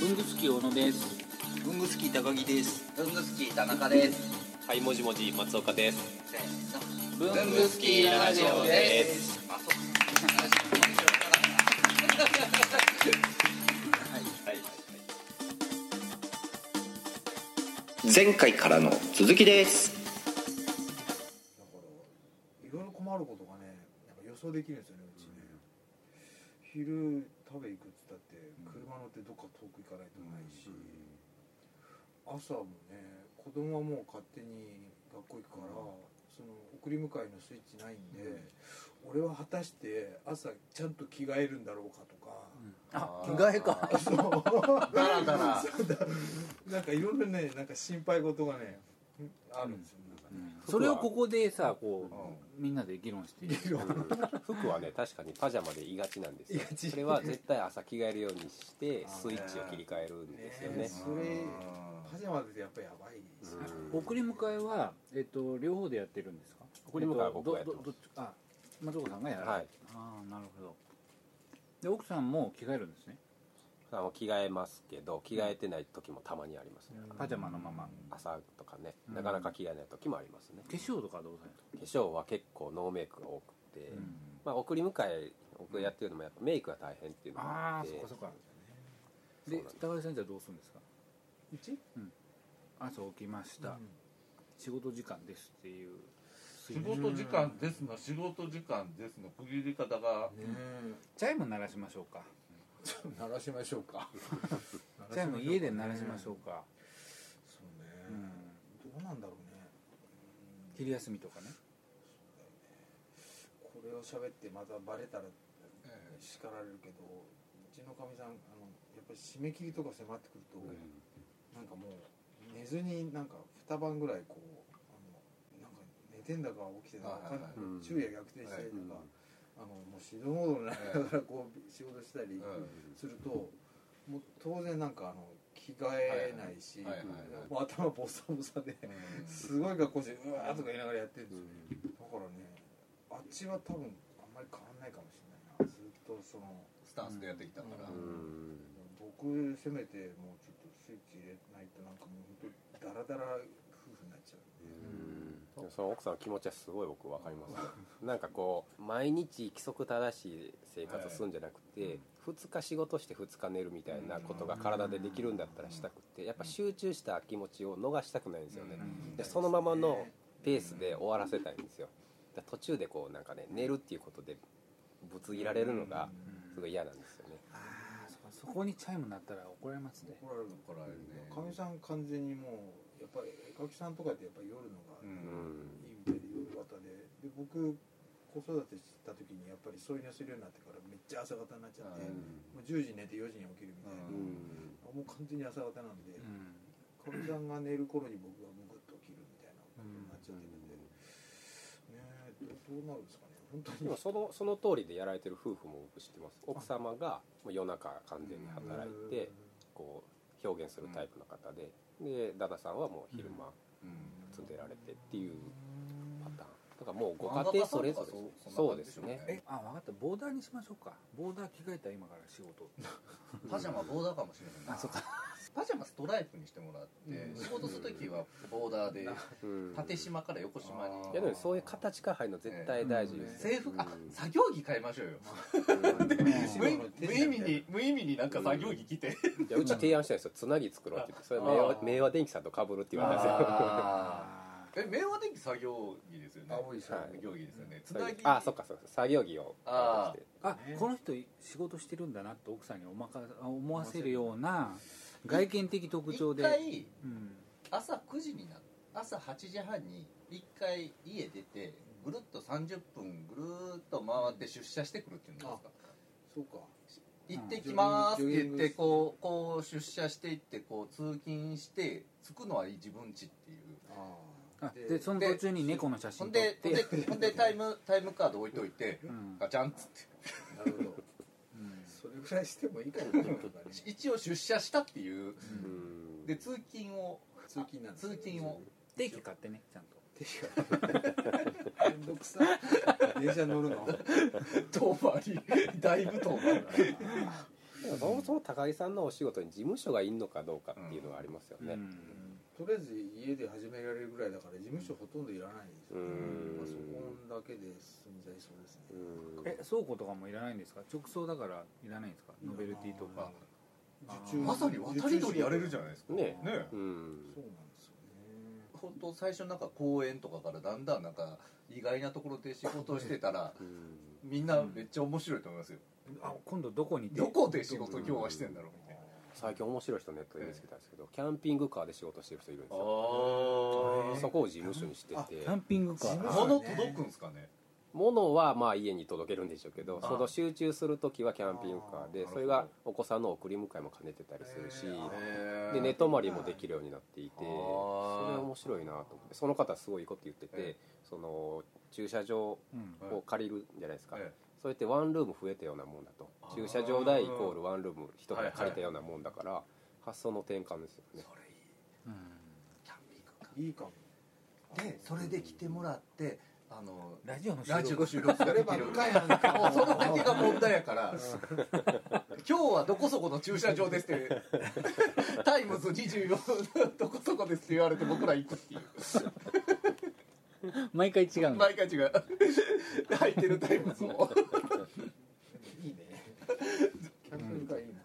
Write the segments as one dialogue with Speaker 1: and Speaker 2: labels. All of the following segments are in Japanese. Speaker 1: 文具好き小野です
Speaker 2: 文具好き高木です文具好き田中です
Speaker 3: はい、もじもじ松岡です。
Speaker 2: せーの
Speaker 1: 文
Speaker 2: すあ、そう
Speaker 4: 前回からの続きです
Speaker 5: いろいろ困ることがねなんか予想できるんですよねうちね、昼食べ行くっつったって車乗ってどっか遠く行かないとないし、朝もね子供はもう勝手に学校行くから、その送り迎えのスイッチないんで、俺は果たして朝ちゃんと着替えるんだろうかとか、
Speaker 1: あ着替えか
Speaker 5: だらだらなんかいろいろねなんか心配事がねあるんですよ、なんかね
Speaker 1: それをここでさこうみんなで議論して
Speaker 5: 議論
Speaker 3: 服はね、確かにパジャマで言いがちなんです
Speaker 5: 言いがち
Speaker 3: よ。それは絶対朝着替えるようにして、スイッチを切り替えるんですよね。
Speaker 5: それパジャマでやっぱりやばいですね
Speaker 3: うん
Speaker 1: 送り迎えはえっと両方でやってるんですか
Speaker 3: 送り迎えは僕がやって
Speaker 1: ど
Speaker 3: ます
Speaker 1: どどっちあ松岡さんがやる、
Speaker 3: はい、
Speaker 1: ああなるほどで奥さんも着替えるんですね
Speaker 3: あの着替えますけど、着替えてない時もたまにありますね。
Speaker 1: パジャマのまま
Speaker 3: 朝とかね、
Speaker 1: うん
Speaker 3: なかなか着替えない時もありますね。
Speaker 1: 化粧とかどうされる
Speaker 3: 化粧は結構ノーメイクが多くて
Speaker 1: う、ん
Speaker 3: まあ送り迎え、僕がやってるのもやっぱメイクが大変っていうのが
Speaker 1: あ
Speaker 3: あ
Speaker 1: あ
Speaker 3: っ
Speaker 1: そ
Speaker 3: て
Speaker 1: っか、そっか
Speaker 3: そう
Speaker 1: で
Speaker 3: なんです
Speaker 1: 高橋先生はどうするんですか
Speaker 5: うち
Speaker 1: 朝起きました、仕事時間ですっていう
Speaker 6: 仕事時間ですの仕事時間ですの区切り方が
Speaker 5: ね
Speaker 1: チャイム鳴らしましょうか
Speaker 5: え鳴らしましょうか
Speaker 1: チャイム家で鳴らしましょうか、
Speaker 5: そうね、
Speaker 1: う
Speaker 5: どうなんだろうね
Speaker 1: 昼休みとかね
Speaker 5: これを喋ってまたバレたら叱られるけどうちのかみさんあのやっぱり締め切りとか迫ってくると、なんかもう寝ずになんか二晩ぐらいこうあのなんか寝てんだか起きてんだか分かんない、
Speaker 3: はいはいはい
Speaker 5: 昼夜逆転したりとか、
Speaker 3: うん
Speaker 5: あのもう指導モードになりながら こう仕事したり、するともう当然なんかあの着替えないし、
Speaker 6: はいはいはい
Speaker 5: もう頭ボサボサで、すごい格好してうわーとか言いながらやってるんですよ、だからねあっちは多分あんまり変わんないかもしれないなずっとその
Speaker 6: スタンスでやってきたから、
Speaker 3: うん
Speaker 5: 僕せめてもうちょっとスイッチ入れないとなんかもうほんとダラダラ夫婦になっちゃう
Speaker 3: でもその奥さんの気持ちはすごい僕分かりますね なんかこう毎日規則正しい生活をするんじゃなくて、2日仕事して2日寝るみたいなことが体でできるんだったらしたくてやっぱ集中した気持ちを逃したくないんですよね、でそのままのペースで終わらせたいんですよだから途中でこうなんかね寝るっていうことでぶつ切られるのがすごい嫌なんですよね
Speaker 1: ああそっかそこにチャイム鳴ったら怒られますね
Speaker 5: 怒られる
Speaker 6: 怒られるね
Speaker 5: かみさん完全にもうやっぱり絵描きさんとかってやっぱり夜のが、
Speaker 6: うん
Speaker 3: うん
Speaker 5: いいみたいで夜型でで僕子育てした時にやっぱり添い寝するようになってからめっちゃ朝方になっちゃって、
Speaker 6: うん
Speaker 5: もう10時に寝て4時に起きるみたいな、
Speaker 6: う
Speaker 5: もう完全に朝方なんで
Speaker 1: う
Speaker 5: か
Speaker 1: ん
Speaker 5: み、さんが寝る頃に僕がむくっと起きるみたいなことになっちゃってるんで、ねえどどうなるんですかね本当
Speaker 3: で
Speaker 5: に
Speaker 3: もそのその通りでやられてる夫婦も僕知ってます奥様がもう夜中完全に働いて、こう表現するタイプの方で、で旦那さんはもう昼間積んでられてっていうパターンだからもうご家庭それぞれ
Speaker 6: そ
Speaker 3: そ
Speaker 6: そうう
Speaker 3: で
Speaker 6: ですす
Speaker 3: ね
Speaker 6: ね
Speaker 1: あ分かったボーダーにしましょうかボーダー着替えたら今から仕事
Speaker 6: パジャマボーダーかもしれないあそかパジャマストライプにしてもらって、仕事するときはボーダーで
Speaker 3: うん
Speaker 6: 縦縞から横縞に
Speaker 3: いやでもそういう形から入るの絶対大事ですよ、
Speaker 6: 制服あ
Speaker 3: うん
Speaker 6: 作業着変えましょうよ
Speaker 5: 仕
Speaker 6: 無
Speaker 5: 事
Speaker 6: 意
Speaker 5: の手
Speaker 6: 無
Speaker 5: 品
Speaker 6: 意味
Speaker 5: みたい
Speaker 6: に無意味になんか作業着着て
Speaker 3: いやうち提案したんですよつなぎ作ろうって言ってそれ明和明和電機さんと被るって言われたんですよ
Speaker 1: あ
Speaker 6: え明和電機作業着ですよね
Speaker 5: 青いさ、
Speaker 3: はい
Speaker 6: 作業着ですよねつ
Speaker 3: そ
Speaker 6: な
Speaker 3: れ
Speaker 6: ぎ
Speaker 3: あそっかそっか作業着を
Speaker 6: あー
Speaker 1: あこの人仕事してるんだなと奥さんにおまか思わせるような外見的特徴
Speaker 6: 一
Speaker 1: で、
Speaker 6: 回
Speaker 1: うん、
Speaker 6: 朝9時にな朝8時半に一回家出てぐるっと30分ぐるっと回って出社してくるっていうのですか
Speaker 5: そうか
Speaker 6: 行ってきますって言っ
Speaker 5: ジョギングジ
Speaker 6: て
Speaker 5: ョギング
Speaker 6: こうこう出社していってこう通勤して着くのは自分家っていう
Speaker 5: あ
Speaker 1: あでその途中に猫の写真
Speaker 6: ほん
Speaker 1: 撮っ
Speaker 6: でほんで
Speaker 1: て、
Speaker 6: ほんでタイムタイムカード置いといて
Speaker 1: うん
Speaker 6: ガチャンっつって
Speaker 5: あなるほど
Speaker 1: うん
Speaker 5: それぐらいしてもいいかもしれないね
Speaker 6: 一応出社したっていう
Speaker 3: うん
Speaker 6: で通勤を
Speaker 5: 通勤なんです
Speaker 6: 通勤を
Speaker 1: 定期買ってねちゃんと
Speaker 5: めんどくさ電車乗るの
Speaker 6: 遠回りだいぶ遠回り
Speaker 3: でもそもそも高木さんのお仕事に事務所がいんのかどうかっていうのはありますよ
Speaker 1: うんう
Speaker 3: ね、
Speaker 1: ん
Speaker 5: とりあえず家で始められるぐらいだから事務所ほとんどいらないですよね
Speaker 3: う
Speaker 5: パ
Speaker 3: ん
Speaker 5: ソコンだけで済んじゃいそうですね
Speaker 3: うん
Speaker 1: え倉庫とかもいらないんですか直送だからいらないんですかノベルティとか
Speaker 5: 受注
Speaker 6: まさに渡り鳥やれるじゃないですか
Speaker 3: ね
Speaker 6: ねえ
Speaker 3: うん
Speaker 5: そうなんですよね
Speaker 6: 本当最初なんか公園とかからだんだんなんか意外なところで仕事をしてたら
Speaker 3: うん
Speaker 6: みんなめっちゃ面白いと思いますよ
Speaker 1: あ今度どこに
Speaker 6: どこで仕事今日はしてんだろうみたいな
Speaker 3: 最近面白い人ネットで見つけたんですけどキャンピングカーで仕事してる人いるんですよ
Speaker 6: あ
Speaker 3: そこを事務所にして
Speaker 1: キ
Speaker 3: て
Speaker 1: ャンピングカ
Speaker 5: あ
Speaker 1: ー
Speaker 6: 物届くんですかね
Speaker 3: 物はまあ家に届けるんでしょうけど
Speaker 6: あ
Speaker 3: その集中する時はキャンピングカー
Speaker 6: なる
Speaker 3: で
Speaker 6: ほど
Speaker 3: それがお子さんの送り迎えも兼ねてたりするし
Speaker 6: へ
Speaker 3: で寝泊まりもできるようになっていて
Speaker 6: あ
Speaker 3: そ
Speaker 6: ー
Speaker 3: れは面白いなと思ってその方すごいいいこと言って
Speaker 6: え
Speaker 3: てその駐車場
Speaker 1: うん
Speaker 3: を借りるんじゃないですか
Speaker 6: え
Speaker 3: それってワンルーム増えたようなもんだと
Speaker 6: あー
Speaker 3: 駐車場代イコールワンルーム一部屋借りたようなもんだから発想の転換ですよ
Speaker 6: え
Speaker 3: ね
Speaker 6: それいい
Speaker 1: うん
Speaker 6: キャンピングカー
Speaker 5: いいかも
Speaker 6: でそれで来てもらってあの
Speaker 1: ラジオの収
Speaker 6: ラジオの
Speaker 1: 録
Speaker 6: 収録が
Speaker 5: それ
Speaker 6: で
Speaker 5: ば
Speaker 6: き
Speaker 5: っ
Speaker 6: る
Speaker 5: かりなんか
Speaker 6: もうそれだけが問題やから今日はどこそこの駐車場です ってタイムズ24どこそこですって言われて僕ら行くっていう
Speaker 1: 毎回違うの
Speaker 6: 毎回違う 入ってるタイムズを
Speaker 5: いいね キャンピングカーいいな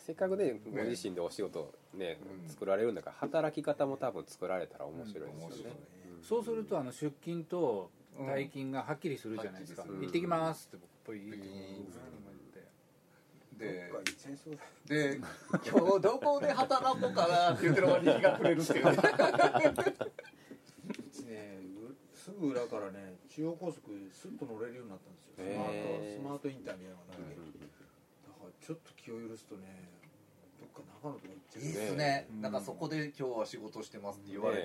Speaker 3: せっかくねご自身でお仕事ね
Speaker 6: うん
Speaker 3: 作られるんだから働き方も多分作られたら面白いですよね
Speaker 1: そうするとあの出勤と退勤がはっきりするじゃないですか
Speaker 6: うん
Speaker 1: 行ってきますって僕ポイーン
Speaker 6: ピーン
Speaker 5: ど
Speaker 6: で
Speaker 5: っか行っちゃいそうだ
Speaker 6: で今日どこで働こうかなって言ってる割に日が暮れるっていう
Speaker 5: うちねうすぐ裏からね中央高速スッと乗れるようになったんですよスマー
Speaker 3: へー
Speaker 5: トスマートインターみたいなのがな
Speaker 3: うん
Speaker 5: んかだからちょっと気を許すとねどっか長野とか行っちゃ
Speaker 6: いういっすねなんかそこで今日は仕事してますって言われ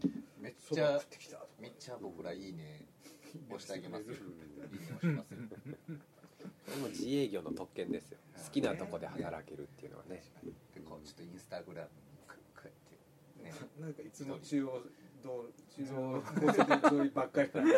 Speaker 6: て
Speaker 3: ね
Speaker 6: めっ
Speaker 5: そ
Speaker 6: ち
Speaker 5: ば
Speaker 6: ゃ
Speaker 5: 食ってきたとか
Speaker 6: めっちゃ僕らいいね押してあげますよいいね 押しますよ
Speaker 3: これも自営業の特権ですよ好きなとこで働けるっていうのはね
Speaker 6: でこうちょっとインスタグラムにこうやってね
Speaker 5: なんかいつも中央道中央高速沿いばっかりなんで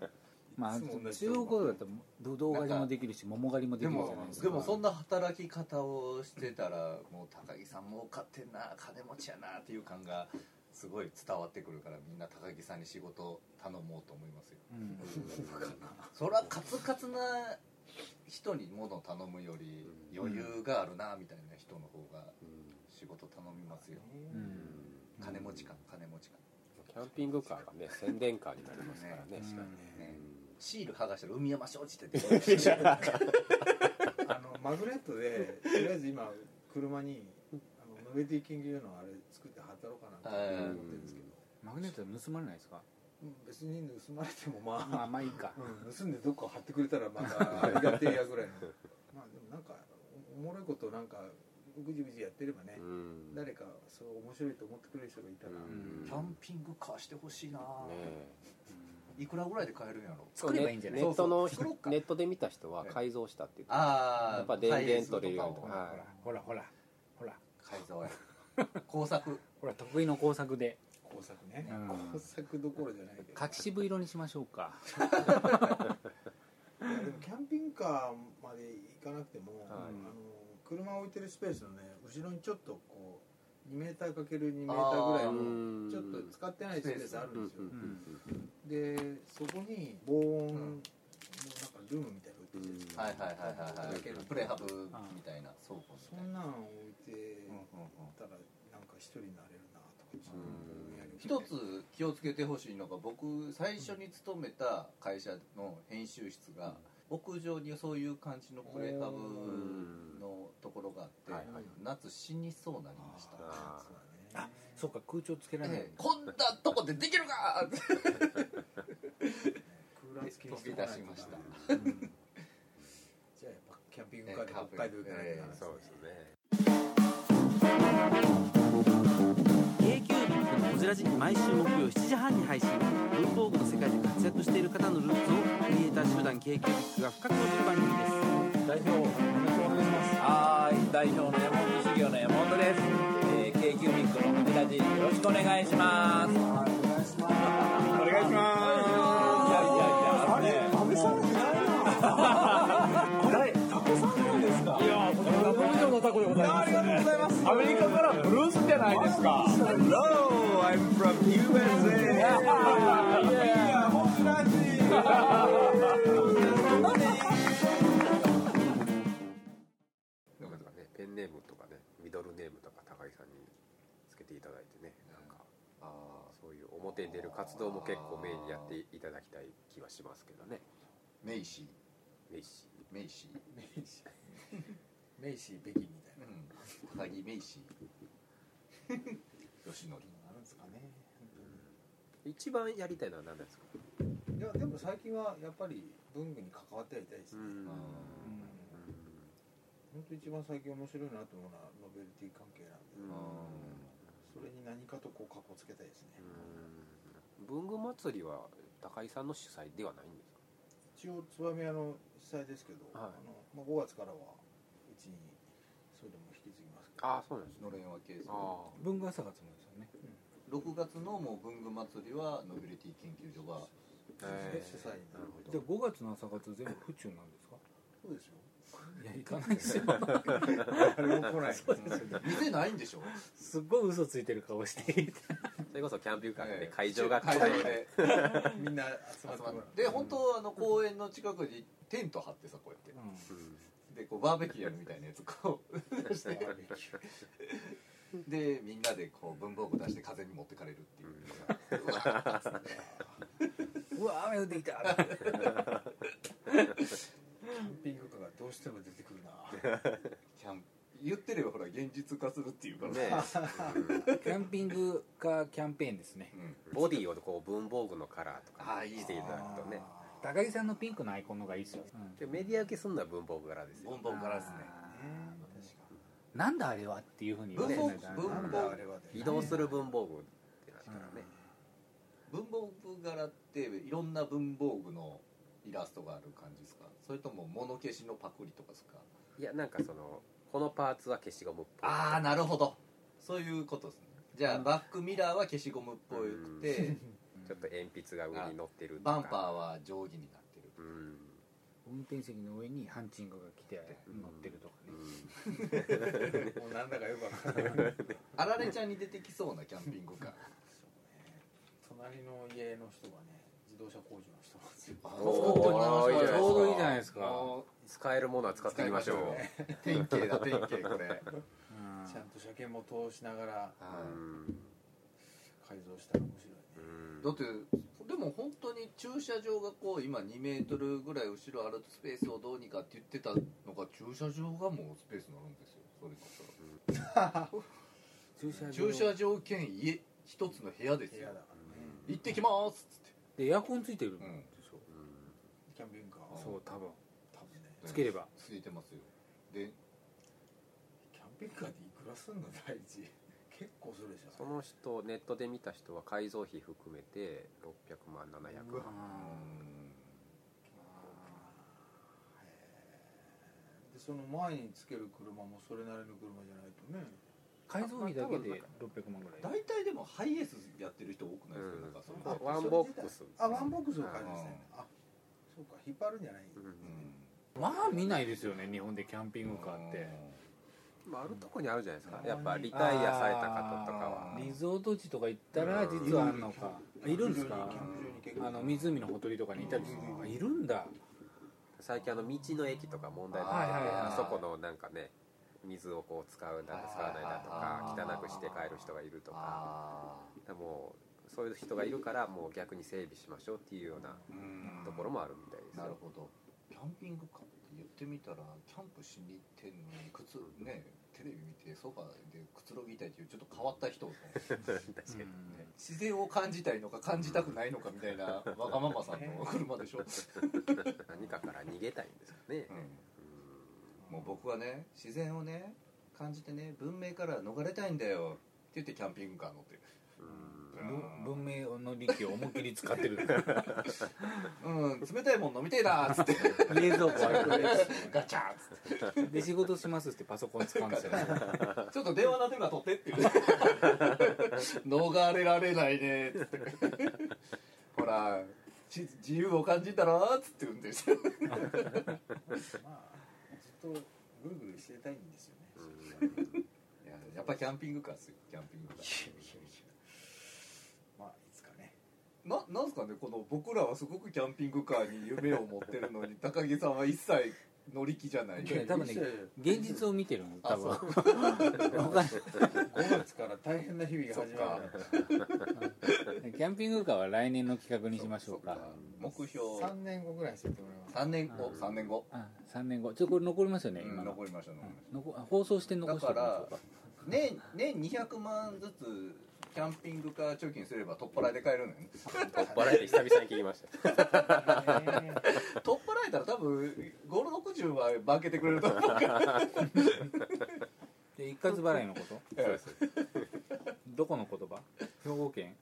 Speaker 6: で
Speaker 1: ま
Speaker 5: いつも
Speaker 1: あ
Speaker 5: 同じ
Speaker 1: 中央高だったらぶどう狩りもできるし桃狩りもで
Speaker 6: で
Speaker 1: きるじゃ
Speaker 6: も
Speaker 1: ないですか
Speaker 6: でもそんな働き方をしてたらもう高木さん儲かってんな金持ちやなっていう感がすごい伝わってくるからみんな高木さんに仕事頼もうと思いますよ
Speaker 1: うん
Speaker 6: そりゃカツカツな人に物を頼むより余裕があるなみたいな人の方が仕事頼みますよ
Speaker 1: うん
Speaker 6: 金持ちか金持ちか
Speaker 3: キャンピングカーがね宣伝カーになりますからね
Speaker 1: 確か
Speaker 6: ねシール剥がしたら海山商事って出て くる
Speaker 3: いや
Speaker 5: あのマグネットでとりあえず今車にあのノベティ研究所のあれ作って貼ったろうかなって思ってるんですけど、
Speaker 1: マグネット盗まれないですか
Speaker 5: うん別に盗まれてもまあ
Speaker 1: まあまあいいか
Speaker 5: うん、盗んでどっか貼ってくれたらまたありがてえやぐらいのまあでもなんかおおもろいことなんかぐじぐじやってればね、
Speaker 3: うんね
Speaker 5: 誰かそう面白いと思ってくれる人がいたら、
Speaker 3: うん
Speaker 6: キャンピングカーしてほしいな、
Speaker 3: え
Speaker 6: いくらぐらいで買えるんやろ
Speaker 1: 作ればいいんじゃない
Speaker 3: ネット
Speaker 6: そ
Speaker 3: の
Speaker 6: うそう作ろうか
Speaker 3: ネットで見た人は改造したって言ってた
Speaker 6: ああ
Speaker 3: やっぱ電源取れるようにと
Speaker 1: ほ
Speaker 3: か
Speaker 1: らほらほらほら
Speaker 6: 改造や工作
Speaker 1: ほら得意の工作で
Speaker 5: 工作ね、
Speaker 1: うん
Speaker 5: 工作どころじゃないけど
Speaker 1: 柿渋色にしましょうか
Speaker 5: いやでもキャンピングカーまで行かなくても、
Speaker 3: はい
Speaker 5: あの車置いてるスペースのね後ろにちょっとこう2メーターかける2メーターぐらい
Speaker 6: あ
Speaker 5: の
Speaker 3: ん
Speaker 5: ちょっと使ってないスペースあるんですよ、
Speaker 3: うんうん
Speaker 5: でそこに防音の
Speaker 6: ん
Speaker 5: なんかルームみたいなの置いてるじゃないです
Speaker 6: は
Speaker 5: か
Speaker 6: いはいはいはいはいプレハブみたいな倉庫み
Speaker 5: そ
Speaker 6: たい
Speaker 5: ん
Speaker 6: な
Speaker 5: なん置いて
Speaker 6: うんうんうん
Speaker 5: たらなんか一人になれるなとか
Speaker 3: うん
Speaker 5: やる
Speaker 6: 一つ気をつけてほしいのが僕最初に勤めた会社の編集室が屋上にそういう感じのプレハブのところがあって
Speaker 3: はいはい
Speaker 6: 夏死にそうになりました
Speaker 3: あ
Speaker 5: そうだ
Speaker 1: あ
Speaker 5: ね
Speaker 1: そうか空調つけられない
Speaker 6: ええこんなとこでできるかって
Speaker 5: クーラー付きに
Speaker 6: 飛
Speaker 5: して
Speaker 6: び
Speaker 5: おか
Speaker 6: 出
Speaker 5: ない
Speaker 6: し
Speaker 5: と
Speaker 6: ました
Speaker 1: うん
Speaker 5: じゃあやっぱキャンピングカーで北海道行かないとダ
Speaker 6: え
Speaker 5: メで
Speaker 6: え
Speaker 5: す
Speaker 3: そ
Speaker 5: ね
Speaker 3: うですね
Speaker 7: k q b のこじらじ毎週木曜7時半に配信文房具の世界で活躍している方のルーツをクリエイター集団 k q b が深く落ちる番組です
Speaker 8: 代表お願いしますはい代表の山本修行の山本です、えー、k q ミックのこちらでよろしくお願いしますお願いしますお願いしますいやいやいやあれ安倍さんじゃないな誰安倍さんなんでないですか
Speaker 9: Hello, I'm from USA. yeah, Mokunashi.
Speaker 3: なんかねペンネームとかねミドルネームとか高木さんにつけていただいてねなんかそういう表に出る活動も結構メインにやっていただきたい気はしますけどね
Speaker 6: メイシー
Speaker 3: メイシー
Speaker 6: メイシー
Speaker 5: メイシー・ベキみたい
Speaker 6: う
Speaker 5: な
Speaker 6: ん高木メイシ ー吉典
Speaker 5: あるんですかね
Speaker 3: 一番やりたいのは何ですか
Speaker 5: いやでも最近はやっぱり文具に関わってやりたいですね、
Speaker 3: ん
Speaker 5: 本当一番最近面白いなと思うのはノベルティ関係なんで、それに何かとこうかっこつけたいですね、
Speaker 3: 文具祭りは高井さんの主催ではないんですか
Speaker 5: 一応燕屋の主催ですけど、
Speaker 3: はい
Speaker 5: あのまあ、5月からはうちにそれでも引き継ぎますけど
Speaker 3: ああそうなんですね
Speaker 6: のれんは継
Speaker 3: あ
Speaker 6: 続
Speaker 1: 文具朝活もですよね
Speaker 6: 6月のもう文具祭りはノベルティ研究所が
Speaker 3: あ
Speaker 5: え主催にな
Speaker 3: なる
Speaker 5: る
Speaker 3: ほ
Speaker 1: じゃ
Speaker 3: ど
Speaker 1: あ5月の朝活全部府中なんですか
Speaker 5: そう ですよ
Speaker 1: いや行かないですよ
Speaker 5: 誰も来ない
Speaker 6: 店ないんでしょ
Speaker 1: すっごい嘘ついてる顔していて
Speaker 3: それこそキャンピングカーで、ね
Speaker 6: ええ
Speaker 3: 会場が来
Speaker 6: 会場で
Speaker 5: みんな集
Speaker 6: 集
Speaker 5: まって
Speaker 6: ま
Speaker 5: もら
Speaker 6: っ
Speaker 5: う
Speaker 6: てで本当あの公園の近くにテント張ってさこうやってでこうバーベキューやるみたいなやつこう してでみんなでこう文房具出して風に持ってかれるっていうのが
Speaker 1: うわ雨降ってき た
Speaker 5: キャンピングカーがどうしても出てくるな
Speaker 6: キャン言ってればほら現実化するっていうか
Speaker 3: うん
Speaker 6: ら
Speaker 3: ね
Speaker 1: キャンピングカーキャンペーンですね
Speaker 6: うん
Speaker 3: ボディをこう文房具のカラーと
Speaker 6: あ
Speaker 3: か
Speaker 6: あ
Speaker 3: に
Speaker 6: いい
Speaker 3: していただくとね
Speaker 1: 高木さんのピンクのアイコンのがいいですよ、
Speaker 3: でメディア受けすんのは文房具柄ですよ
Speaker 6: ボンボンからですね
Speaker 1: なんだあれはっていうふうに言われないとダメ
Speaker 6: 文
Speaker 1: な
Speaker 6: 房
Speaker 5: なんだあれはで
Speaker 3: 移動する文房具ってなったらね
Speaker 6: 文房具柄っていろんな文房具のイラストがある感じですかそれとも物消しのパクリとかですか
Speaker 3: いやなんかそのこのパーツは消しゴムっぽい
Speaker 6: ああなるほどそういうことですねじゃあ、バックミラーは消しゴムっぽくて
Speaker 3: ちょっと鉛筆が上に乗ってるとか
Speaker 6: バンパーは定規になってる
Speaker 3: うん
Speaker 1: 運転席の上にハンチングが来て乗ってるとかね、
Speaker 5: もうなんだかよくわかんない
Speaker 6: あられちゃんに出てきそうなキャンピングカー
Speaker 5: 隣の家の人がね自動車工場の人なんですよ
Speaker 6: あ
Speaker 3: おー
Speaker 6: 作ってもらいまし
Speaker 1: ち
Speaker 6: た
Speaker 1: ょうどいいじゃないですか、
Speaker 6: も
Speaker 3: 使えるものは使っていきましょう
Speaker 6: 使いま 典型だ典型これ
Speaker 1: うん
Speaker 5: ちゃんと車検も通しながら
Speaker 3: うん
Speaker 5: 改造したら面白いね
Speaker 3: うん
Speaker 6: だってでも本当に駐車場がこう今2メートルぐらい後ろあるスペースをどうにかって言ってたのが駐車場がもうスペースになるんですよそれこそ
Speaker 1: 駐車場
Speaker 6: 駐車場兼家一つの部屋です
Speaker 5: 部屋
Speaker 6: よ
Speaker 5: だからね
Speaker 6: 行ってきますっつって
Speaker 1: でエアコンついてるんで
Speaker 6: うん
Speaker 1: しょ、
Speaker 5: キャンピングカー
Speaker 1: そう多分
Speaker 5: 多分ね
Speaker 1: つければ
Speaker 6: ついてますよで
Speaker 5: キャンピングカーでいくらすんの第一結構するでしょ
Speaker 3: その人ネットで見た人は改造費含めて600万700万
Speaker 5: でその前につける車もそれなりの車じゃないとね
Speaker 1: 改造費だけで600万ぐらい
Speaker 6: 大体でもハイエースやってる人多くないですか、
Speaker 3: うん
Speaker 6: なんかその
Speaker 3: あワンボックス
Speaker 5: あワンボックスの感じですねあそうか引っ張るんじゃない
Speaker 1: まあ見ないですよね日本でキャンピングカーって
Speaker 3: まああるとこにあるじゃないですかやっぱリタイアされた方とかは
Speaker 1: リゾート地とか行ったら実はあんのかいるんですか
Speaker 5: キャンプ場に結構
Speaker 1: あの湖のほとりとかにいたりするあいるんだ
Speaker 3: 最近あの道の駅とか問題になっててあそこのなんかね水をこう使うんだか使わないだとか汚くして帰る人がいるとか
Speaker 6: あ
Speaker 3: でもそういう人がいるからもう逆に整備しましょうっていうような
Speaker 6: ーうん
Speaker 3: ところもあるみたいです
Speaker 6: なる
Speaker 3: よ
Speaker 6: ほどキャンピングカーって言ってみたらキャンプしに行ってんのに靴ねテレビ見てソファでくつろぎたいっていうちょっと変わった人の
Speaker 3: 確かに
Speaker 6: 自然を感じたいのか感じたくないのかみたいな わがままさんの車でしょ、
Speaker 3: 何かから逃げたいんですかね
Speaker 6: もう僕はね自然をね感じてね文明から逃れたいんだよって言ってキャンピングカー乗ってる
Speaker 1: ぶ文明の利器を思いっきり使 ってる
Speaker 6: うん冷たいもん飲みてえなーっつって
Speaker 1: 冷蔵庫開く
Speaker 6: ガチャーっつって
Speaker 1: で仕事しますってパソコン使うんですよね
Speaker 6: ちょっと電話鳴ってるから取ってって言う 逃れられないねーっつってほらし自由を感じたらーっつって言うんですよ
Speaker 5: まあずっとぐるぐるしてたいんですよね
Speaker 6: やっぱキャンピングカーですよキャンピングカー
Speaker 5: まあいつかね
Speaker 6: ななんすかねこの僕らはすごくキャンピングカーに夢を持ってるのに高木さんは一切乗り気じゃない
Speaker 1: いや多分ね現実を見てるの多分
Speaker 6: あ
Speaker 1: 他に
Speaker 5: 5月から大変な日々が始まる
Speaker 1: キャンピングカーは来年の企画にしましょうか
Speaker 6: 目標
Speaker 5: 3年後ぐらいにしてもらいます
Speaker 6: 3年後3年後、
Speaker 1: あ3年後ちょっとこれ残りますよね、
Speaker 6: うん
Speaker 1: 今の
Speaker 6: 残りました残りました
Speaker 1: 残あ放送して残し
Speaker 6: だ
Speaker 1: てお
Speaker 6: か
Speaker 1: きまし
Speaker 6: ら
Speaker 1: ょうか
Speaker 6: 年年200万ずつキャンピングカー貯金すれば取っ払いで買えるのよね
Speaker 3: おっ払いで久々に聞きました
Speaker 6: 取っ払えたら多分560は化けてくれると思う から
Speaker 1: で一括払いのこと
Speaker 6: ええ
Speaker 1: どこの言葉兵庫県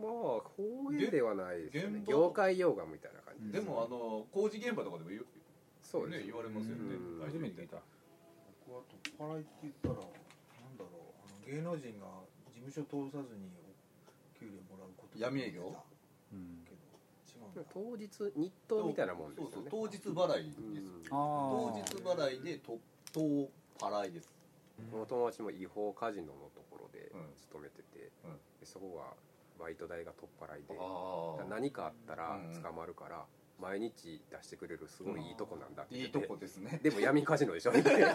Speaker 3: まあ方言ではないですよね
Speaker 6: 現場
Speaker 3: 業界用語みたいな感じ
Speaker 6: でもあの工事現場とかでも言う
Speaker 3: そうで
Speaker 6: ね
Speaker 3: すね
Speaker 6: 言われますよね
Speaker 3: うん
Speaker 6: 大
Speaker 1: 初
Speaker 6: 丈夫
Speaker 1: め
Speaker 6: み
Speaker 1: て
Speaker 6: た
Speaker 1: 聞いた
Speaker 6: い
Speaker 5: 僕は取っ払いって言ったらなんだろうあの芸能人が事務所通さずにお給料もらうこと
Speaker 6: 闇営業
Speaker 1: うん
Speaker 5: けど違うんだ
Speaker 3: 当日日当みたいなもんです
Speaker 6: そう
Speaker 3: よ
Speaker 6: そう当
Speaker 3: ね
Speaker 6: 日払いです、
Speaker 1: あ
Speaker 6: 当
Speaker 1: ー
Speaker 6: 日払いでと当払いです
Speaker 3: うんお友達も違法カジノのところで
Speaker 6: うん
Speaker 3: 勤めてて、
Speaker 6: うん
Speaker 3: でそこはバイト代が取っ払いで
Speaker 6: あ
Speaker 3: 何かあったら
Speaker 6: うん
Speaker 3: 捕まるから毎日出してくれるすごいいいとこなんだって
Speaker 6: い
Speaker 3: 言っ
Speaker 6: い
Speaker 3: て
Speaker 6: とこです ね
Speaker 3: でも闇カジノでしょみたいな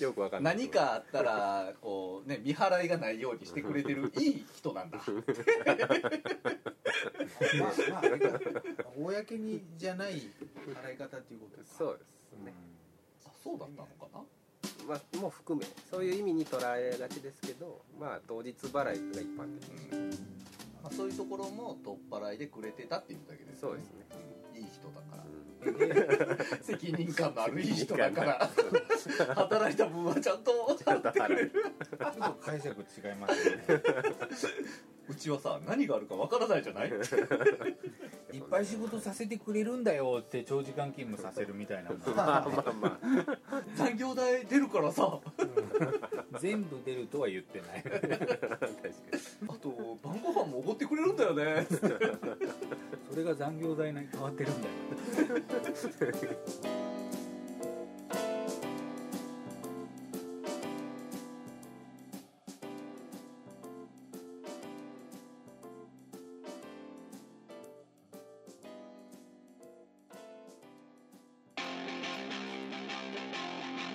Speaker 3: よくわかんない
Speaker 6: 何かあったらこうね見払いがないようにしてくれて るいい人なんだ
Speaker 5: まあまああれか公にじゃない払い方っていうことか
Speaker 3: そうですね、
Speaker 6: あそうだったのかな
Speaker 3: まあ、もう含めそういう意味に捉えがちですけど、まあ、当日払いが一般的
Speaker 6: うんまあ、そういうところも取っ払いでくれてたっていうだけです
Speaker 3: そうです ね、
Speaker 6: いい人だか
Speaker 3: う
Speaker 6: ら責任感のあるいい人だから働いた分はちゃんと払ってくれる
Speaker 1: ちょっと解釈違いますよね
Speaker 6: うちはさ何があるかわからないじゃ ない
Speaker 1: いっぱい仕事させてくれるんだよって長時間勤務させるみたいなもん
Speaker 6: 残業代出るからさ
Speaker 1: 全部出るとは言ってない
Speaker 6: あと晩ご飯もおごってくれるんだよね
Speaker 1: それが残業代に変わってるんだよ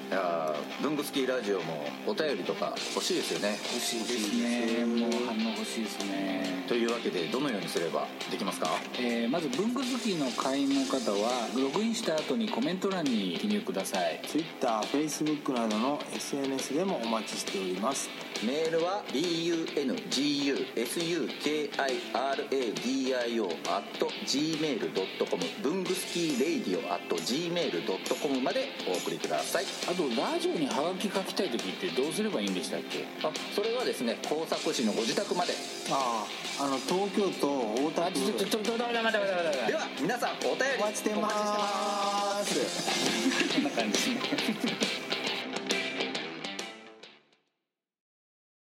Speaker 2: いやー文具好きラジオもお便りとか欲しいですよね
Speaker 4: 欲しいですねもう反応欲しいですね
Speaker 2: というわけでどのようにすればできますか
Speaker 4: えーまず文具好きの会員の方はログインした後にコメント欄に記入ください
Speaker 10: TwitterFacebook などの SNS でもお待ちしております
Speaker 2: メールは bungusukradio gmail.com 文具スキーレイディオ gmail.com までお送りください
Speaker 4: あとラジオにハガキ書きたい時ってどうすればいいんでしたっけ
Speaker 2: あそれはですね工作士のご自宅まで
Speaker 10: あああの東京都大田
Speaker 4: あ
Speaker 10: 区
Speaker 4: ちょちょちょちょ待って待って待って待って
Speaker 2: では皆さんお便り
Speaker 10: お待ちしてます
Speaker 2: お待ちし
Speaker 4: こ
Speaker 2: てます
Speaker 4: んな感じ